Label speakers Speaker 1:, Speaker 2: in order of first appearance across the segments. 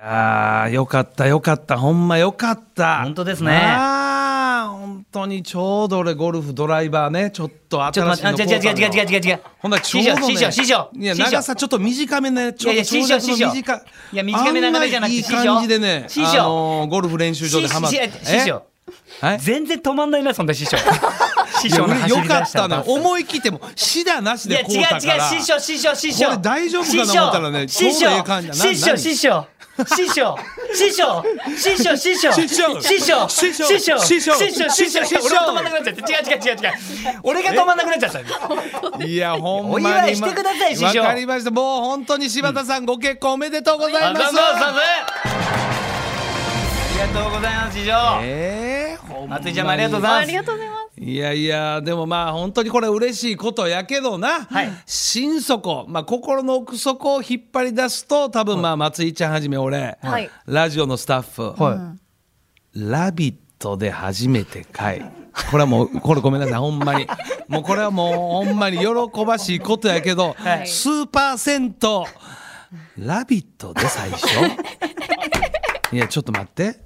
Speaker 1: ああ、よかった、よかった、ほんまよかった。
Speaker 2: 本当ですね
Speaker 1: ああ、本当にちょうど俺ゴルフドライバーね、ちょっと
Speaker 2: ちょ
Speaker 1: 新
Speaker 2: っと
Speaker 1: しいの
Speaker 2: 待って、あ違う違う違う違う違う違う。
Speaker 1: ほんならちょうど、ね、
Speaker 2: 師匠、師匠、師匠。
Speaker 1: いや、
Speaker 2: 師匠
Speaker 1: 長さちょっと短めね、ちょ
Speaker 2: いやいや
Speaker 1: 長尺の
Speaker 2: 師匠師匠
Speaker 1: 短
Speaker 2: いや短め長めじゃ
Speaker 1: あんま
Speaker 2: なくて
Speaker 1: いい感じでね、
Speaker 2: 師匠
Speaker 1: あのーゴルフ練習場でハマっ
Speaker 2: 師
Speaker 1: て
Speaker 2: 師。師匠。
Speaker 1: えはい
Speaker 2: 全然止まんないな、そんな 師匠。師匠の
Speaker 1: いや
Speaker 2: 走
Speaker 1: よ
Speaker 2: り出
Speaker 1: かっ
Speaker 2: した
Speaker 1: た
Speaker 2: の
Speaker 1: な。思い切っても死だなし
Speaker 2: いや、
Speaker 1: で
Speaker 2: 違う
Speaker 1: こうたから
Speaker 2: 違う、師匠、師匠、師匠。
Speaker 1: これ大丈夫かな
Speaker 2: 師匠
Speaker 1: 思ったらね
Speaker 2: 師
Speaker 1: ちょうどええ感
Speaker 2: 匠、
Speaker 1: じだな
Speaker 2: 師匠、
Speaker 1: 何
Speaker 2: 師匠。師匠、師匠、師匠、
Speaker 1: 師
Speaker 2: 師匠、
Speaker 1: 匠
Speaker 2: 師匠、
Speaker 1: 師匠師
Speaker 2: 師匠、
Speaker 1: 匠
Speaker 2: 師匠、師
Speaker 1: 師
Speaker 2: 匠、
Speaker 1: 匠
Speaker 2: 俺が止まんなくなっちゃって、違う違う違う違う。俺が止まんなくなっちゃった。
Speaker 1: いや、ほんまに。
Speaker 2: お祝いしてください師匠
Speaker 1: わかりました。もう本当に柴田さん、ご結婚おめでとうござい
Speaker 2: あ
Speaker 1: ます。
Speaker 2: ざんざんざんざんありがとうございます、師匠。
Speaker 1: ええほんまに
Speaker 2: 松井ちゃんもありがとうございます。
Speaker 3: ありがとうございます。
Speaker 1: いやいや、でもまあ本当にこれ嬉しいことやけどな。
Speaker 2: はい
Speaker 1: 心底、まあ心の奥底を引っ張り出すと、多分まあ松井ちゃんはじめ俺、
Speaker 3: はい
Speaker 1: ラジオのスタッフ、ラビットで初めて会。これはもう、これごめんなさい、ほんまに。もうこれはもう、ほんまに喜ばしいことやけど、
Speaker 2: はい
Speaker 1: 数パーセント、ラビットで最初いや、ちょっと待って。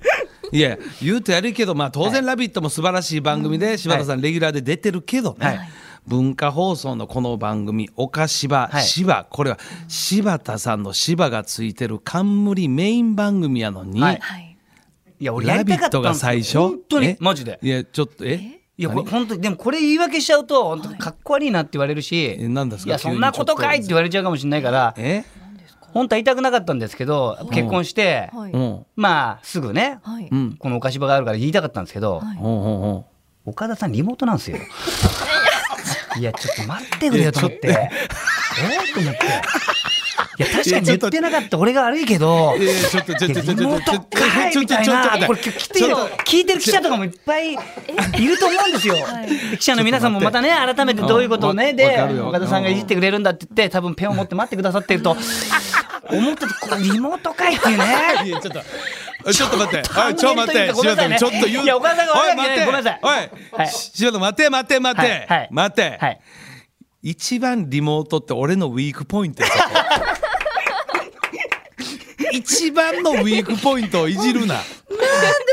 Speaker 1: いや、言うとやるけど、まあ当然、ラビットも素晴らしい番組で、柴田さん、レギュラーで出てるけどね。
Speaker 2: はい
Speaker 1: 文化放送のこの番組「岡芝、
Speaker 2: はい
Speaker 1: 芝」これは柴田さんの芝がついてる冠メイン番組やのに、
Speaker 2: はい
Speaker 3: はい。
Speaker 2: いや、俺や
Speaker 1: ラ
Speaker 2: り
Speaker 1: ビ
Speaker 2: たか
Speaker 1: ッ
Speaker 2: った
Speaker 1: ト
Speaker 2: んで
Speaker 1: が
Speaker 2: すよ
Speaker 1: 最初
Speaker 2: 本当に
Speaker 1: え、
Speaker 2: マジで。
Speaker 1: いやちょっとえ
Speaker 2: いや、これ本当に、でもこれ言い訳しちゃうと、本当にかっこ悪いなって言われるし、
Speaker 1: え何ですか
Speaker 2: いや、
Speaker 1: 急
Speaker 2: そ
Speaker 1: に
Speaker 2: んなことかいって言われちゃうかもしれないから、
Speaker 1: え
Speaker 2: 本当は言いたくなかったんですけど、結婚して、
Speaker 3: はい。
Speaker 1: うん
Speaker 2: まあ、すぐね、
Speaker 3: はい。
Speaker 1: うん
Speaker 2: このお菓子場があるから言いたかったんですけど、
Speaker 3: はい
Speaker 1: ほうほうほ
Speaker 2: 岡田さんリモートなんですよ。いや、ちょっと待ってくれよと思って。えーと思って。いや、確かに言ってなかった俺が悪いけど、
Speaker 1: ういやいやちょっとちょっとちょっと
Speaker 2: リモー
Speaker 1: ちょ
Speaker 2: ト
Speaker 1: っとちょっ
Speaker 2: かい
Speaker 1: と
Speaker 2: み
Speaker 1: ちょ
Speaker 2: た
Speaker 1: っ
Speaker 2: い
Speaker 1: とちょっと
Speaker 2: な、これ
Speaker 1: ちょっと
Speaker 2: 聞いてる聞いてる記者とかもいっぱいいると思うんですよ。で記者の皆さんもまたね、改めてどういうことをね、
Speaker 1: うんわ
Speaker 2: で
Speaker 1: かる、よ
Speaker 2: 岡田さんがいじってくれるんだって言って、多分ペンを持って待ってくださってると、思ったとこれリモート会っていうね。
Speaker 1: いやちょっと ちょっと待って、はい、ちょっと待って、
Speaker 2: ごめん
Speaker 1: 柴
Speaker 2: なさい
Speaker 1: 田
Speaker 2: ね
Speaker 1: ちょっと言う。
Speaker 2: いや岡田さんが
Speaker 1: おい
Speaker 2: 悪いわけじゃないごめんなさい
Speaker 1: 待てお、
Speaker 2: はいい
Speaker 1: 柴田待て待て待て、
Speaker 2: はい
Speaker 1: 待て、
Speaker 2: はい。
Speaker 1: 一番リモートって俺のウィークポイントやそこ 一番のウィークポイントをいじるな。、
Speaker 2: なんで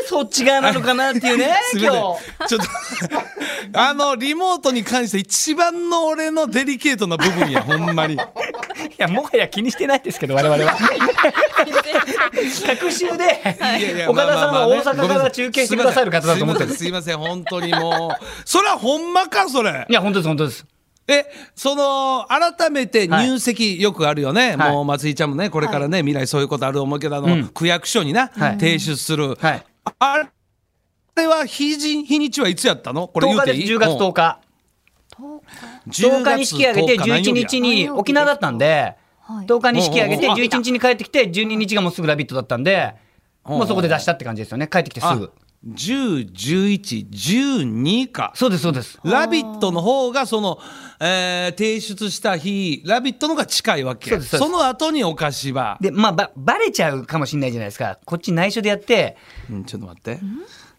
Speaker 2: そっち側なのかなっていうね
Speaker 1: すい
Speaker 2: 今
Speaker 1: ませんちょ
Speaker 2: 日。
Speaker 1: っとあのリモートに関して一番の俺のデリケートな部分やほん まに。
Speaker 2: いや、もはや気にしてないですけど、我々は。隔週
Speaker 1: いやい
Speaker 2: で、
Speaker 1: や
Speaker 2: 岡田さん
Speaker 1: まあまあまあ
Speaker 2: は大
Speaker 1: ね
Speaker 2: 阪から中継してくださる方だと思ってる。
Speaker 1: すいませんすいません本当にもうそれはほんまかそれ
Speaker 2: いや、本当です、本当です。
Speaker 1: えその改めて入籍よくあるよね、
Speaker 2: はい
Speaker 1: もう松井ちゃんもねこれからね、未来そういうことある思うけどあの、
Speaker 2: うん
Speaker 1: 区役所にな、
Speaker 2: はい
Speaker 1: 提出する、
Speaker 2: はい
Speaker 1: あれは日に日にちはいつやったのこれ言
Speaker 2: 10
Speaker 1: う
Speaker 2: 日
Speaker 1: て
Speaker 2: で
Speaker 1: いい
Speaker 2: す、10月10日。
Speaker 3: 10
Speaker 2: 10日に式上げて、11日に沖縄だったんで、
Speaker 3: はい。
Speaker 2: 10日に式上げて、
Speaker 1: うんうん
Speaker 2: 11日に帰ってきて、12日がもうすぐ「ラビット!」だったんで、
Speaker 1: んうん
Speaker 2: もうそこで出したって感じですよね。帰ってきてすぐ。
Speaker 1: 101112か
Speaker 2: そうです、そうです。
Speaker 1: ラビットの方がその、えー提出した日ラビットの方が近いわけ
Speaker 2: そうですそうです
Speaker 1: の後にお菓子は、
Speaker 2: で、まあ、ば、ばれちゃうかもしれないじゃないですか。こっち内緒でやって、
Speaker 1: うん、ちょっと待って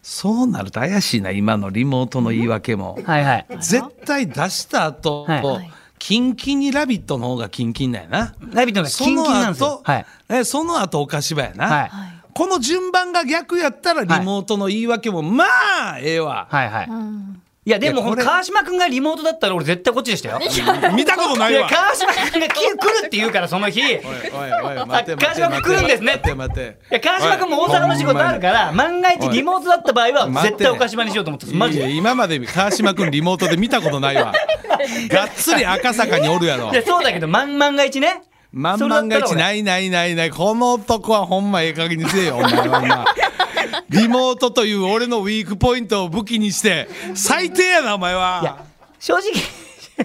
Speaker 1: そうなると怪しいな今のリモートの言い訳も。
Speaker 2: はいはい。
Speaker 1: 絶対出した後、
Speaker 2: はい
Speaker 1: キンキンに「ラビット!」の方がキンキンだよな。
Speaker 2: ラビットの方がキンキンなんですよ
Speaker 1: その後、
Speaker 2: はい
Speaker 1: えその後お菓子場やな、
Speaker 2: はい
Speaker 1: この順番が逆やったらリモートの言い訳も、まあええわ、
Speaker 2: はいはい。
Speaker 3: うん。
Speaker 2: いやでも
Speaker 1: いやこれ
Speaker 2: 川島君がリモートだったら俺絶対こっちでしたよ。い
Speaker 1: 見たことない
Speaker 2: や
Speaker 1: わ
Speaker 2: 川島君が来る来るって言うからその日。い
Speaker 1: お
Speaker 2: や
Speaker 1: いおいおい待て
Speaker 2: 川島君来るんですね
Speaker 1: 待て待て
Speaker 2: 川島君も大阪の仕事あるから万が一リモートだった場合は絶対おかしまにしようと思ってたんですマ
Speaker 1: マ
Speaker 2: ジ
Speaker 1: ジ
Speaker 2: で。
Speaker 1: で今まで川島君リモートで見たことない わがっつり赤坂におるやろ
Speaker 2: いやそうだけど万万が一ね。。
Speaker 1: まんまんが一ないいないないないこの男はほんまええ加減にせえよお前はほんま リモートという俺のウィークポイントを武器にして最低やなお前
Speaker 2: いや
Speaker 1: は
Speaker 2: 正直。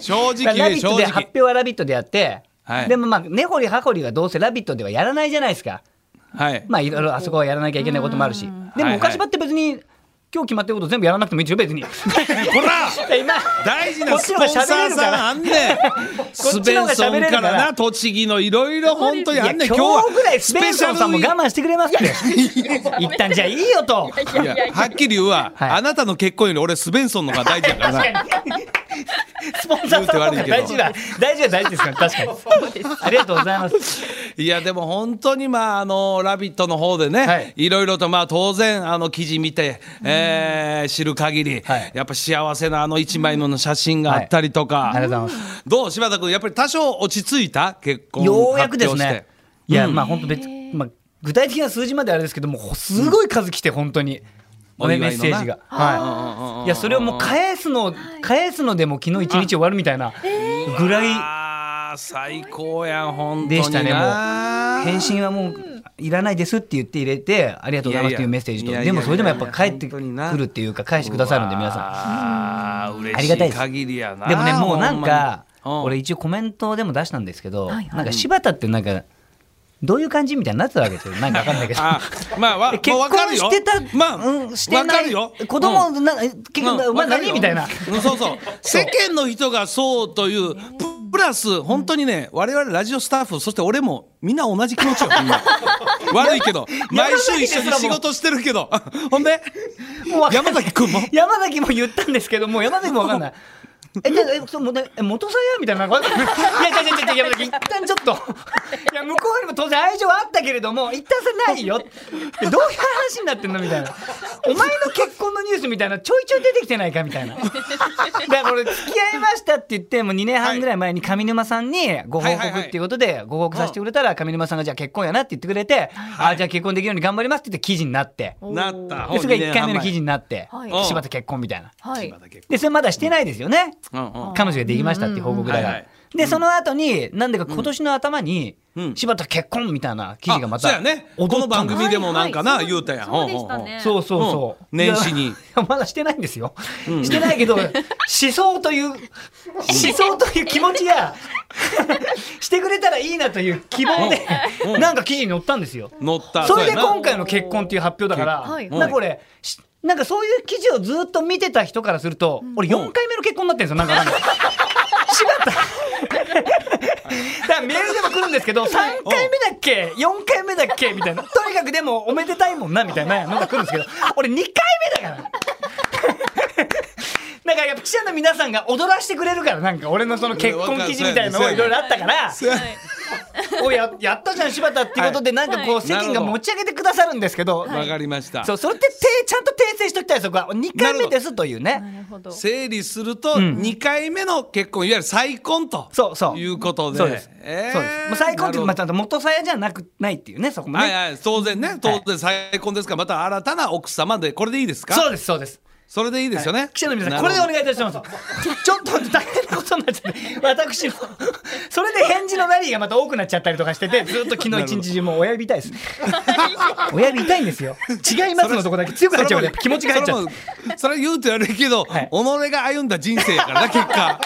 Speaker 1: 正直
Speaker 2: ラ
Speaker 1: 言え
Speaker 2: ビッ
Speaker 1: 正
Speaker 2: トで発
Speaker 1: 直
Speaker 2: 表はラビットでやって。
Speaker 1: はい
Speaker 2: でもまあ根掘り葉掘りはどうせラビットではやらないじゃないですか。
Speaker 1: はい
Speaker 2: まあいろいろあそこはやらなきゃいけないこともあるし。で
Speaker 1: はいは
Speaker 2: も
Speaker 1: い
Speaker 2: おかしばって別に今日決まってること全部やらなくてもいいですよ 別に。
Speaker 1: こら
Speaker 2: 今
Speaker 1: 大事なスポンサー
Speaker 2: こっちの方が
Speaker 1: さ
Speaker 2: 喋れるか
Speaker 1: ん
Speaker 2: ら
Speaker 1: あんねんスペンソン
Speaker 2: こっちの方が喋れる
Speaker 1: か
Speaker 2: からら
Speaker 1: な栃木のいろいろ本当にあんねん
Speaker 2: いや
Speaker 1: 今日は
Speaker 2: ぐらいスペンサーさんも我慢してくれますって一旦じゃあいいよと
Speaker 1: いやはっきり言うわ、
Speaker 2: はい
Speaker 1: あなたの結婚より俺スベンソンの方が大事だからな
Speaker 2: スポンサーさんとか大事な大事は大事ですから確かにありがとうございます
Speaker 1: いやでも本当にまああの「ラビット!」の方でね、
Speaker 2: はい
Speaker 1: いろいろとまあ当然あの記事見て、えー知る限り、
Speaker 2: はい
Speaker 1: やっぱ幸せなあの一枚の写真があったりとか、
Speaker 2: いありがとうござい
Speaker 1: どう柴田君やっぱり多少落ち着いた結婚
Speaker 2: ようやくです
Speaker 1: 発
Speaker 2: ね
Speaker 1: 表して
Speaker 2: いやまあ本当別まあ具体的な数字まであれですけどもすごい数来て本当におね
Speaker 1: お祝
Speaker 2: メ
Speaker 1: い
Speaker 2: ッ
Speaker 1: のな
Speaker 2: セージが
Speaker 1: うんうんうんうん
Speaker 2: はいいやそれをもう返すの返すのでもう昨日一日終わるみたいなぐらい
Speaker 1: あー最高やん本当にな
Speaker 2: でしたねもう返信はもういらないですって言って入れてありがとうございますというメッセージと
Speaker 1: いやいや
Speaker 2: でもそれでもや
Speaker 1: い
Speaker 2: っぱ
Speaker 1: やいやいや
Speaker 2: 帰ってく
Speaker 1: 本当にな
Speaker 2: るっていうか返してくださるんで皆さ
Speaker 1: さん
Speaker 2: あ
Speaker 1: 嬉
Speaker 2: り
Speaker 1: し
Speaker 2: がたい
Speaker 1: い
Speaker 2: です
Speaker 1: 限りやなん
Speaker 2: でもねもうな
Speaker 1: ほん
Speaker 2: んか
Speaker 1: まにうん
Speaker 2: 俺一応コメントでも出したんですけど
Speaker 3: はいはい
Speaker 2: なんか柴田ってなんかどういう感じみたいになってたわけですよなんかわかんないけど
Speaker 1: あまあわ
Speaker 2: え 結
Speaker 1: もうわかる
Speaker 2: 婚
Speaker 1: よ
Speaker 2: してた、
Speaker 1: まあ、
Speaker 2: うん、してない
Speaker 1: わかるよ
Speaker 2: 子供、
Speaker 1: うん
Speaker 2: な結局、
Speaker 1: うん
Speaker 2: お前
Speaker 1: わかる
Speaker 2: 何
Speaker 1: よ
Speaker 2: みたいな。
Speaker 1: うん そうそう世間の人がそうというププラス本当にね我々ラジオスタッフそして俺もみんな同じ気持ちよ みんな悪いけど毎週一緒に仕事してるけど ほんで
Speaker 2: もうわかんない
Speaker 1: 山崎君も
Speaker 2: 山崎も言ったんですけど、もう山崎もわかん ない。え、じゃあえ、そう、もうねえ元さんやみたいな。 わかんないいや、いや、いや、いや、山崎、一旦ちょっと。いや、向こうにも当然愛情はあったけれども、一旦それないよ。えどういう話になってんのみたいな。お前の結婚のニュースみたいな、ちょいちょい出てきてないかみたいな。だから、俺付き合いましたって言って、もう2年半ぐらい前に上沼さんにご報告っていうことで、ご報告させてくれたら、上沼さんがじゃあ結婚やなって言ってくれて。あ、じゃあ結婚できるように頑張りますって言って記事になって。
Speaker 1: なった
Speaker 2: でそれが1回目の記事になって、
Speaker 3: はい
Speaker 1: うん
Speaker 2: 柴田結婚みたいな。
Speaker 3: はい。
Speaker 2: で、それまだしてないですよね。
Speaker 1: うんうん
Speaker 2: 彼女ができましたっていう報告だ
Speaker 1: うんは
Speaker 2: か
Speaker 1: いは
Speaker 2: ら
Speaker 1: い。
Speaker 2: で、その後に、なんでか今年の頭に
Speaker 1: う、ん
Speaker 2: 柴田結婚みたいな記事がまた。
Speaker 1: あそうやねこの番組でもなんかな
Speaker 3: はいはい
Speaker 1: 言うたやん
Speaker 3: そうでしたね。
Speaker 2: そうそうそう。
Speaker 1: うん年始に
Speaker 2: いや。まだしてないんですよ。してな いけど、思想という、思想という気持ち や、してくれたらいいなという希望
Speaker 1: うんう
Speaker 2: で、
Speaker 1: ん
Speaker 2: なんか記事に載ったんですよ。
Speaker 1: 乗った
Speaker 2: それで
Speaker 1: うやな
Speaker 2: 今回の結婚っていう発表だから、
Speaker 3: はい
Speaker 2: なんかこれ、しなんかそういう記事をずっと見てた人からすると、俺4回目の結婚になってるんですよ、なんかなん か。しまった。だからメールでも来るんですけど、3回目だっけ、4回目だっけみたいな。とにかくでもおめでたいもんな、みたいなのが来るんですけど、俺2回目だから。 なんかやっぱ記者の皆さんが踊らせてくれるからなんか俺のその結婚記事みたいなのをいろいろあったから
Speaker 1: そうや
Speaker 2: おややったじゃん柴田っていうことでなんかこう
Speaker 1: い
Speaker 2: 世間が持ち上げてくださるんですけど、
Speaker 1: わかりました
Speaker 2: そうそれっててちゃんと訂正しときたいそこは2回目ですという
Speaker 3: な
Speaker 2: ね
Speaker 3: るほど。
Speaker 1: 整理すると
Speaker 2: ん
Speaker 1: 2回目の結婚いわゆる再婚と
Speaker 2: そうそう
Speaker 1: いうことで
Speaker 2: そうです、
Speaker 1: えー
Speaker 2: そうですもう再婚って
Speaker 1: なるほ
Speaker 2: いう
Speaker 1: ど
Speaker 2: まあちゃんと元さやじゃなくないっていうねそこもね、
Speaker 1: はいはい当然ね当然再婚ですからまた新たな奥様でこれでいいですか
Speaker 2: そうですそうです
Speaker 1: それでいいですよね
Speaker 2: 記者の皆さん
Speaker 1: な
Speaker 2: こ
Speaker 1: る
Speaker 2: れ
Speaker 1: ほ
Speaker 2: で
Speaker 1: ど
Speaker 2: お願いいたしますちょっと大変なことになっちゃって私のそれで返事のラリーがまた多くなっちゃったりとかしててずっと昨日一日中もう親指痛いです親指痛いんで すよ違いますのとこだけ強く入っちゃうからやっぱ気持ちが入っちゃう
Speaker 1: それもそれ言うとやるけど、
Speaker 2: い
Speaker 1: 己が歩んだ人生や からな結果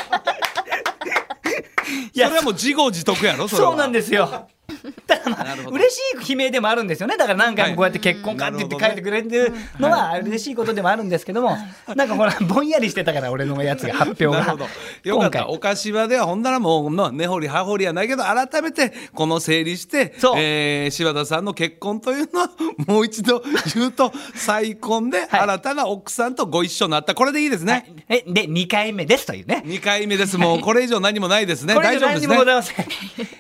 Speaker 2: いや
Speaker 1: それはもう自業自得やろそれは
Speaker 2: そうなんですよ。 ただま
Speaker 1: な
Speaker 2: あ
Speaker 1: るほど
Speaker 2: 嬉しい悲鳴でもあるんですよねだから何回もこうやって結婚かって言って書いてくれるのは嬉しいことでもあるんですけどもなんかほらぼんやりしてたから俺のやつが発表
Speaker 1: なる
Speaker 2: が
Speaker 1: ほどよか
Speaker 2: 今
Speaker 1: った
Speaker 2: 回
Speaker 1: おかしばではほんならもうまあ根掘り葉掘りやないけど改めてこの整理して
Speaker 2: そ、う
Speaker 1: えー柴田さんの結婚というのはもう一度言うと再婚で
Speaker 2: はい
Speaker 1: 新たな奥さんとご一緒になったこれでいいですね、
Speaker 2: はいえで2回目ですというね
Speaker 1: 2回目ですもうこれ以上何もないですね
Speaker 2: これ以
Speaker 1: 大丈夫で
Speaker 2: 上何に
Speaker 1: す
Speaker 2: も
Speaker 1: ね
Speaker 2: ございませんこ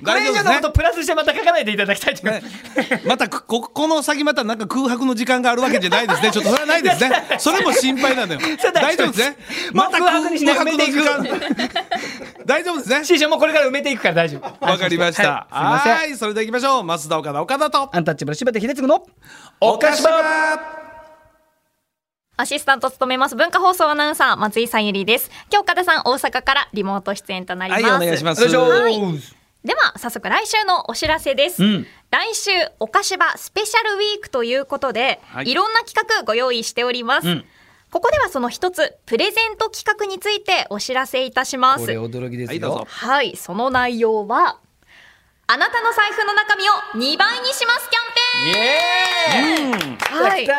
Speaker 1: 大
Speaker 2: れ
Speaker 1: 丈夫
Speaker 2: 以
Speaker 1: ですね
Speaker 2: 上のことプラスしてまた書かないでいただきたいという
Speaker 1: ね またこここの先またなんか空白の時間があるわけじゃないですねちょっとそれはない ですねそれも心配なのよ
Speaker 2: それ
Speaker 1: 大
Speaker 2: 大
Speaker 1: 丈
Speaker 2: 丈
Speaker 1: 夫
Speaker 2: 夫
Speaker 1: ですね
Speaker 2: もう
Speaker 1: また
Speaker 2: 空白にしない
Speaker 1: 空白の時間
Speaker 2: 埋
Speaker 1: 大丈夫ですね
Speaker 2: 師匠もこれから埋めていくから大丈夫
Speaker 1: わかりました
Speaker 2: はいすいま
Speaker 1: は
Speaker 2: せん
Speaker 1: いそれでは行きましょう増田岡田岡田と
Speaker 2: アンタッチャブル柴田秀嗣の
Speaker 1: 岡島
Speaker 3: アシスタントを務めます文化放送アナウンサー松井さんゆりです。今日岡田さん大阪からリモート出演となりま
Speaker 1: は
Speaker 3: す。
Speaker 1: いお願いしま
Speaker 2: お願
Speaker 1: す
Speaker 2: いします
Speaker 3: では早速来週のお知らせです、
Speaker 2: ん
Speaker 3: 来週おかしばスペシャルウィークということで、
Speaker 1: はい
Speaker 3: い、ろんな企画ご用意しております、
Speaker 2: うん
Speaker 3: ここではその一つプレゼント企画についてお知らせいたしま
Speaker 2: こ
Speaker 3: す
Speaker 2: れ驚きですよ、
Speaker 1: はいどうぞ
Speaker 3: はいその内容はあなたの財布の中身を2倍にしますキ
Speaker 2: イエーイ、
Speaker 3: ャンペーンは
Speaker 2: 来
Speaker 3: い
Speaker 2: た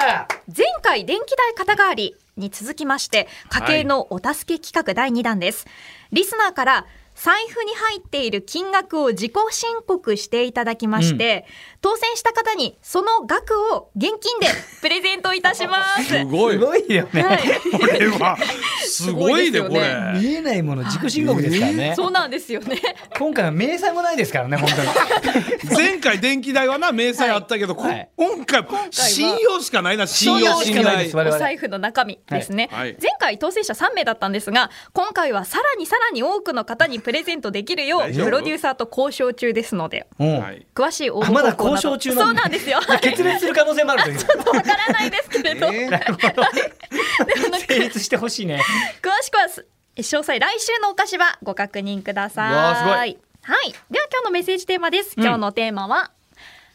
Speaker 3: 前回電気代肩代わりに続きまして家計のお助け企画第2弾です、リスナーから財布に入っている金額を自己申告していただきまして、当選した方にその額 を現金でプレゼントいたします
Speaker 1: すごい
Speaker 2: すごいよね、
Speaker 3: はい
Speaker 1: これはすごいね、
Speaker 3: すごい
Speaker 1: こ
Speaker 3: ですよね
Speaker 1: れ。
Speaker 2: 見えないもの自己申告ですからね、
Speaker 3: そうなんですよね。
Speaker 2: 今回は明細もないですからね本当に
Speaker 1: 前回電気代はな明細あったけど、こ
Speaker 2: はい
Speaker 1: 今回信用しかないな信
Speaker 2: 信
Speaker 1: 用
Speaker 2: 用し
Speaker 1: 信
Speaker 2: かない
Speaker 1: 頼
Speaker 2: です我
Speaker 3: お
Speaker 2: 々
Speaker 3: 財布の中身ですね、
Speaker 1: はいはい
Speaker 3: 前回当選者3名だったんですが今回はさらにさらに多くの方にプレゼントできるよ
Speaker 1: 大
Speaker 3: う
Speaker 1: 丈夫
Speaker 3: プロデューサーと交渉中ですので
Speaker 2: うん
Speaker 1: はい
Speaker 3: 詳しい応募
Speaker 2: あまだ
Speaker 3: 方法など
Speaker 2: 交渉中なんだ
Speaker 3: そうなんですよ
Speaker 2: 決裂する可能性もある という
Speaker 3: わからないですけれど、
Speaker 1: えー
Speaker 2: 成立してほしいね
Speaker 3: 詳しくはす詳細来週のお菓子はご確認ください
Speaker 2: わあすごい
Speaker 3: はいでは今日のメッセージテーマです今日のテーマは、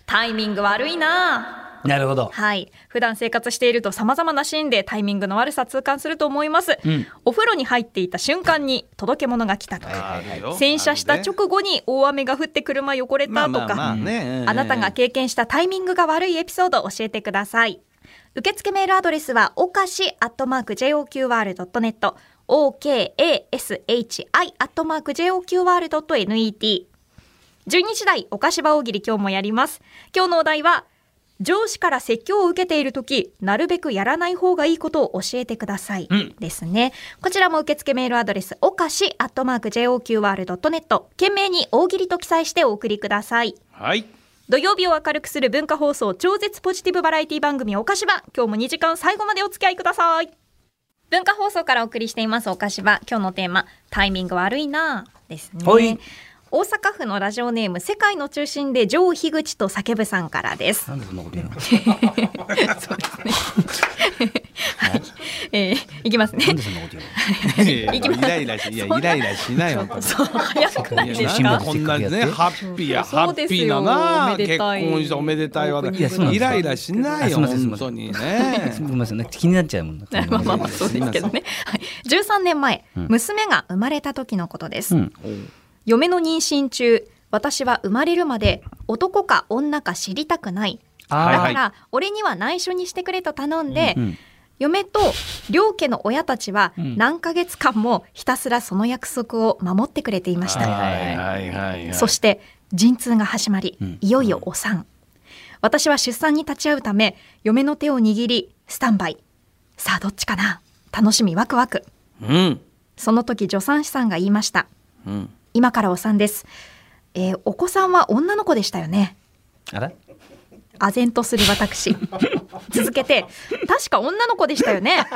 Speaker 3: タイミング悪いなぁ
Speaker 2: なるほど
Speaker 3: はい。普段生活していると様々なシーンでタイミングの悪さ痛感すると思います。
Speaker 2: うん
Speaker 3: お風呂に入っていた瞬間に届け物が来たとか、
Speaker 1: あるよ
Speaker 3: 洗車した直後に大雨が降って車汚れたと
Speaker 1: まあ
Speaker 3: か、
Speaker 1: まあまあね
Speaker 3: あなたが経験したタイミングが悪いエピソードを教えてください。受付メールアドレスは、おかし @joqr.net、okashi @joqr.net。12時台、お菓子場大喜利今日もやります。今日のお題は、上司から説教を受けているとき、なるべくやらない方がいいことを教えてください。
Speaker 2: うん
Speaker 3: ですね。こちらも受付メールアドレス、おかし @joqr.net。懸命に大喜利と記載してお送りください。
Speaker 1: はい
Speaker 3: 土曜日を明るくする文化放送超絶ポジティブバラエティ番組おかしば今日も2時間最後までお付き合いください文化放送からお送りしていますおかしば今日のテーマタイミング悪いなぁですね
Speaker 2: はい
Speaker 3: 大阪府のラジオネーム世界の中心で上樋口と叫ぶさんからです
Speaker 2: なんでそんなこと言うの
Speaker 3: えー、いきますね
Speaker 2: なんでそんなこと言うの
Speaker 1: い
Speaker 3: 行きます
Speaker 1: やイライラしいやイライラしないよ
Speaker 3: そう早くないです
Speaker 2: いや
Speaker 3: か
Speaker 1: こんなねハッピーやハ
Speaker 3: そう
Speaker 1: ッ
Speaker 3: です
Speaker 1: ピー
Speaker 3: よ
Speaker 1: なな
Speaker 3: おめ
Speaker 1: 結
Speaker 3: でたい
Speaker 1: 婚しておめでたいわ
Speaker 3: オープニング
Speaker 1: ね
Speaker 3: いやそうな
Speaker 1: イ
Speaker 3: んですよ
Speaker 1: ライラしない
Speaker 4: あす
Speaker 1: よ
Speaker 4: いませんすいま
Speaker 1: 本
Speaker 4: せん
Speaker 1: 当にね
Speaker 4: すみません、なんか気になっちゃうもん な。
Speaker 3: まあまあまあそうですけどね。はい、13年前、娘が生まれた時のことです。
Speaker 4: うん
Speaker 3: 嫁の妊娠中、私は生まれるまで男か女か知りたくない。だ
Speaker 2: あ
Speaker 3: から、
Speaker 1: はいはい
Speaker 3: 俺には内緒にしてくれと頼んで、
Speaker 4: ん
Speaker 3: 嫁と両家の親たちは何ヶ月間もひたすらその約束を守ってくれていました。
Speaker 1: はいはいはいはい
Speaker 3: そして陣痛が始まり、
Speaker 4: ん
Speaker 3: いよいよお産。私は出産に立ち会うため、嫁の手を握り、スタンバイ。さあ、どっちかな楽しみ、ワクワク。
Speaker 1: うん
Speaker 3: その時、助産師さんが言いました。
Speaker 1: うん
Speaker 3: 今からお産です。えーお子さんは女の子でしたよね。
Speaker 4: あら、
Speaker 3: 唖然とする私。続けて、確か女の子でしたよね。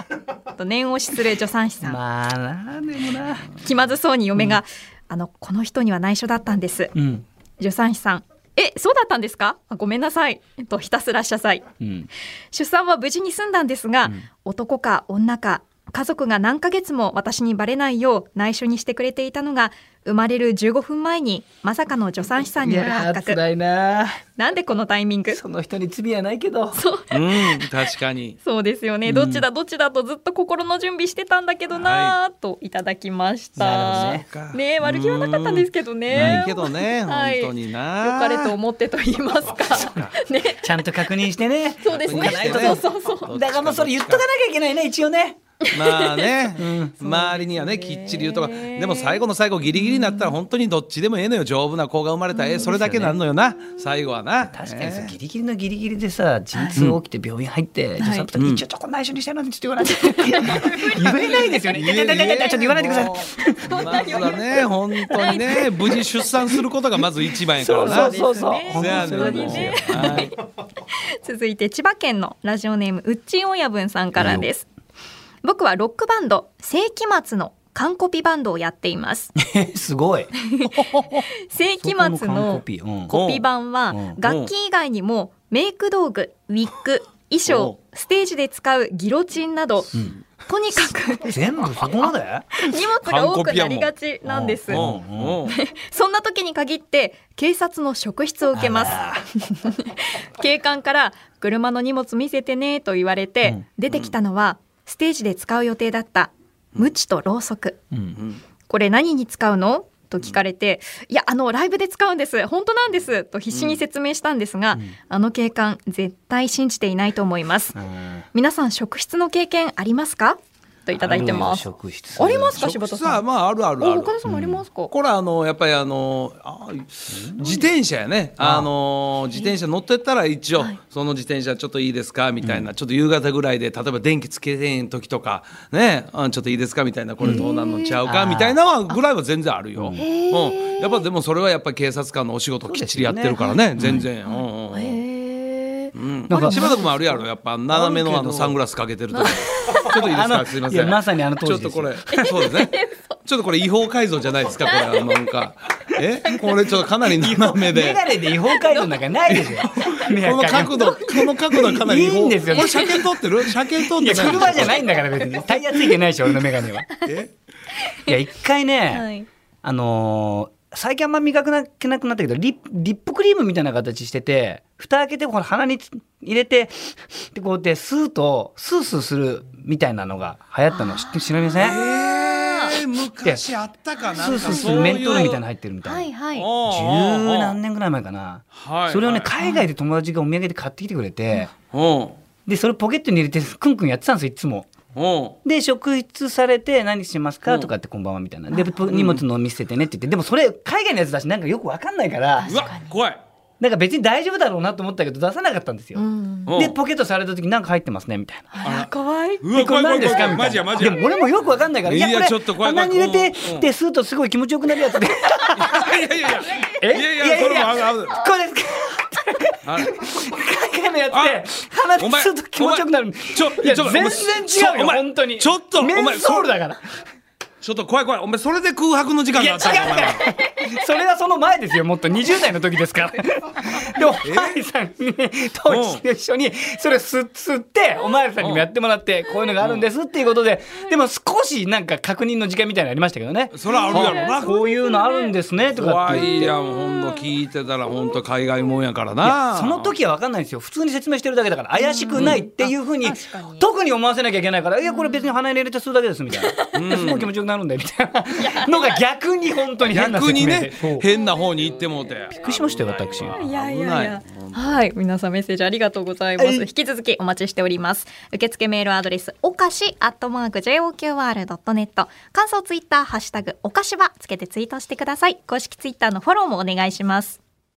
Speaker 3: と念押しする助産師さん。
Speaker 4: まあ、なんでもな。
Speaker 3: 気まずそうに嫁が、あの、この人には内緒だったんです。
Speaker 4: うん、
Speaker 3: 助産師さん。え、そうだったんですかあごめんなさい。とひたすら謝罪。
Speaker 4: うん、
Speaker 3: 出産は無事に済んだんですが、男か女か、家族が何ヶ月も私にバレないよう内緒にしてくれていたのが、生まれる15分前にまさかの助産師さ
Speaker 2: い
Speaker 3: んによる
Speaker 2: や
Speaker 3: 発
Speaker 2: ー
Speaker 3: 覚。
Speaker 2: 辛いな
Speaker 3: なんでこのタイミング
Speaker 2: その人に罪はないけど
Speaker 3: そう。
Speaker 1: うん確かに
Speaker 3: そうですよね、どっちだどっちだとずっと心の準備してたんだけどなーといただきました。
Speaker 2: なる
Speaker 1: ほどね
Speaker 3: ねえ悪気はなかったんですけどね。
Speaker 1: ないけどね
Speaker 3: はい
Speaker 1: 本当にな
Speaker 3: 良かれと思ってと言いますか。ね、
Speaker 2: ちゃんと確認して ね
Speaker 3: そうですね。
Speaker 1: 確かに
Speaker 3: そう
Speaker 1: ね
Speaker 3: そうそう。
Speaker 2: だからもうそれ言っとかなきゃいけないね一応ね
Speaker 1: まあ ね、周りにはねきっちり言うとかでも最後の最後ギリギリになったら本当にどっちでもええのよ丈夫な子が生まれたらええそれだけなんのよな最後はな
Speaker 2: 確かにさ
Speaker 1: ね
Speaker 2: ギリギリのギリギリでさ陣痛起きて病院入って助産婦さんに一応ちょっと内緒にしてなんてちょっと言わないで言えないですよね
Speaker 1: 言
Speaker 2: 痛
Speaker 1: え
Speaker 2: い痛い痛い痛いちょっと言わないでください
Speaker 1: まずは ね本当にね無事出産することがまず一番やから
Speaker 2: そう
Speaker 1: な
Speaker 2: そうそうそう
Speaker 1: そやねん
Speaker 3: 本当にね
Speaker 1: もうはい
Speaker 3: 続いて千葉県のラジオネームうっちん親分さんからです。僕はロックバンド世紀末の完コピバンドをやってい ます。
Speaker 2: すごい
Speaker 3: 世紀末のコピ版は楽器以外にもメイク道具、ウィッグ、衣装、ステージで使うギロチンなど、とにかく
Speaker 2: 全部そこまで
Speaker 3: 荷物が多くなりがちなんです
Speaker 1: う。んうん
Speaker 3: そんな時に限って警察の職質を受けます。警官から車の荷物見せてねと言われて、出てきたのはステージで使う予定だった無知とろうそく。
Speaker 1: うん
Speaker 3: これ何に使うのと聞かれて、いやあのライブで使うんです本当なんですと必死に説明したんですが、あの警官絶対信じていないと思います、皆さん職質の経験ありますかといただいてます。
Speaker 4: 職質
Speaker 3: ありますか柴田
Speaker 1: 実
Speaker 3: さ
Speaker 1: は
Speaker 3: ん。
Speaker 1: まああるあるあ
Speaker 3: お
Speaker 1: る
Speaker 3: 岡田さんもありますか。
Speaker 1: これあのやっぱりあのあ自転車やねあの自転車乗ってたら一応その自転車ちょっといいですかみたいなちょっと夕方ぐらいで例えば電気つけてへん時とかねあちょっといいですかみたいなこれどうなんのちゃうかみたいなはぐらいは全然あるよ。うんやっぱでもそれはやっぱり警察官のお仕事きっちりやってるからね全然。うんうん
Speaker 3: へえ。
Speaker 1: うん
Speaker 2: なんか
Speaker 1: 柴田君もあるやろやっぱ斜めのあのサングラスかけてる時ちょっといいです
Speaker 2: あ
Speaker 1: か
Speaker 2: の
Speaker 1: すいま
Speaker 2: い
Speaker 1: せ
Speaker 2: や
Speaker 1: ん
Speaker 2: まさにあの当時
Speaker 1: ちょっとこれ そうですねちょっとこれ違法改造じゃないですかこれあのなんかえこれちょっとかなり斜め
Speaker 2: メ
Speaker 1: で
Speaker 2: ガネで違法改造なんかないでしょ。
Speaker 1: この角度この角度はかなり違法
Speaker 2: いいんですよ
Speaker 1: これ車検取ってる車検取
Speaker 2: い
Speaker 1: っ
Speaker 2: や
Speaker 1: てない
Speaker 2: 車じゃないんだから別にタイヤついてないでしょ俺のメガネは。
Speaker 1: え
Speaker 2: いや一回ね、
Speaker 3: はい。
Speaker 2: あのー最近あんま磨かなくなったけどリリップクリームみたいな形してて蓋開けてこう鼻につ入れてでこうやってスーッとスースーするみたいなのが流行ったの知って知りません
Speaker 1: えー昔あったかな
Speaker 2: ス
Speaker 1: ん
Speaker 2: ー
Speaker 1: か
Speaker 2: スーす
Speaker 1: そう
Speaker 2: る
Speaker 1: いう
Speaker 2: メントールみたいなの入ってるみた
Speaker 3: はいい
Speaker 2: な。
Speaker 3: はい。
Speaker 1: おうおうおう
Speaker 2: 十何年ぐらい前かな。
Speaker 1: はい
Speaker 2: それをね海外で友達がお土産で買ってきてくれて
Speaker 1: うん
Speaker 2: でそれポケットに入れてクンクンやってたんですよいつも。
Speaker 1: うん
Speaker 2: で職質されて「何してますか?」とかって「こんばんは」みたいな「で荷物の見せてね」って言ってでもそれ海外のやつだしなんかよくわかんないから
Speaker 1: うわ怖い
Speaker 2: なんか別に大丈夫だろうなと思ったけど出さなかったんですよ
Speaker 3: う。ん。
Speaker 1: うん
Speaker 2: でポケットされた時なんか入ってますねみたいな。
Speaker 3: あら怖い。
Speaker 1: うわ
Speaker 2: でこ
Speaker 1: 怖い怖
Speaker 2: れ何
Speaker 1: い
Speaker 2: です
Speaker 1: 怖
Speaker 2: か
Speaker 1: い
Speaker 2: みた
Speaker 1: マ
Speaker 2: い
Speaker 1: ジやマ
Speaker 2: な。
Speaker 1: ジ
Speaker 2: で
Speaker 1: や
Speaker 2: も俺もよくわかんないから。
Speaker 1: いや
Speaker 2: これ
Speaker 1: ちょっと怖い怖
Speaker 2: 鼻
Speaker 1: い
Speaker 2: に入
Speaker 1: う
Speaker 2: れ
Speaker 1: んう
Speaker 2: て
Speaker 1: ん
Speaker 2: でスーッとすごい気持ちよくなる やつで。
Speaker 1: いやいやいやいやいやそれもあるある
Speaker 2: これですか。
Speaker 1: ある
Speaker 2: 海外のやつで鼻
Speaker 1: お
Speaker 2: に
Speaker 1: 前
Speaker 2: すると気持ちよくなる。
Speaker 1: ちょ
Speaker 2: いや
Speaker 1: ちょ
Speaker 2: 全然違う
Speaker 1: お
Speaker 2: よ
Speaker 1: 前
Speaker 2: 本当に。
Speaker 1: ちょっとお
Speaker 2: メ
Speaker 1: 前
Speaker 2: ンソールだから。
Speaker 1: ちょっと怖い怖いお前それで空白の時間
Speaker 2: い
Speaker 1: が
Speaker 2: や
Speaker 1: あ
Speaker 2: 違
Speaker 1: った
Speaker 2: う
Speaker 1: のお前は
Speaker 2: からそれはその前ですよもっと20代の時ですからでお前さんに当時と一緒にそれを吸吸ってお前さんにもやってもらってこういうのがあるんですっていうことででも少しなんか確認の時間みたいなのありましたけどね
Speaker 1: それはあるやろな
Speaker 2: こういうのあるんですねとかっ
Speaker 1: 怖
Speaker 2: て言
Speaker 1: い
Speaker 2: って
Speaker 1: やんほんと聞いてたらほんと海外もんやから
Speaker 2: いや
Speaker 1: な
Speaker 2: その時は分かんないんですよ普通に説明してるだけだから怪しくないっていうふうに
Speaker 3: うん確かに
Speaker 2: 特に思わせなきゃいけないから「いやこれ別に鼻に入れて吸うだけです」みたいな「 すごい気持ちよくなるんだよ」みたいなのが逆に本当に変な
Speaker 1: 逆
Speaker 2: 説
Speaker 1: に
Speaker 2: 明で
Speaker 1: ね
Speaker 2: そう
Speaker 1: 変な方に行ってもうて
Speaker 2: びっくりしましたよ私
Speaker 3: いやい
Speaker 1: 危
Speaker 3: や
Speaker 1: ないい
Speaker 3: や。はい、皆さんメッセージありがとうございます。引き続きお待ちしております。受付メールアドレス、おかしアットマーク j o q r ドットネット。感想ツイッターハッシュタグおかしばつけてツイートしてください。公式ツイッターのフォローもお願いします。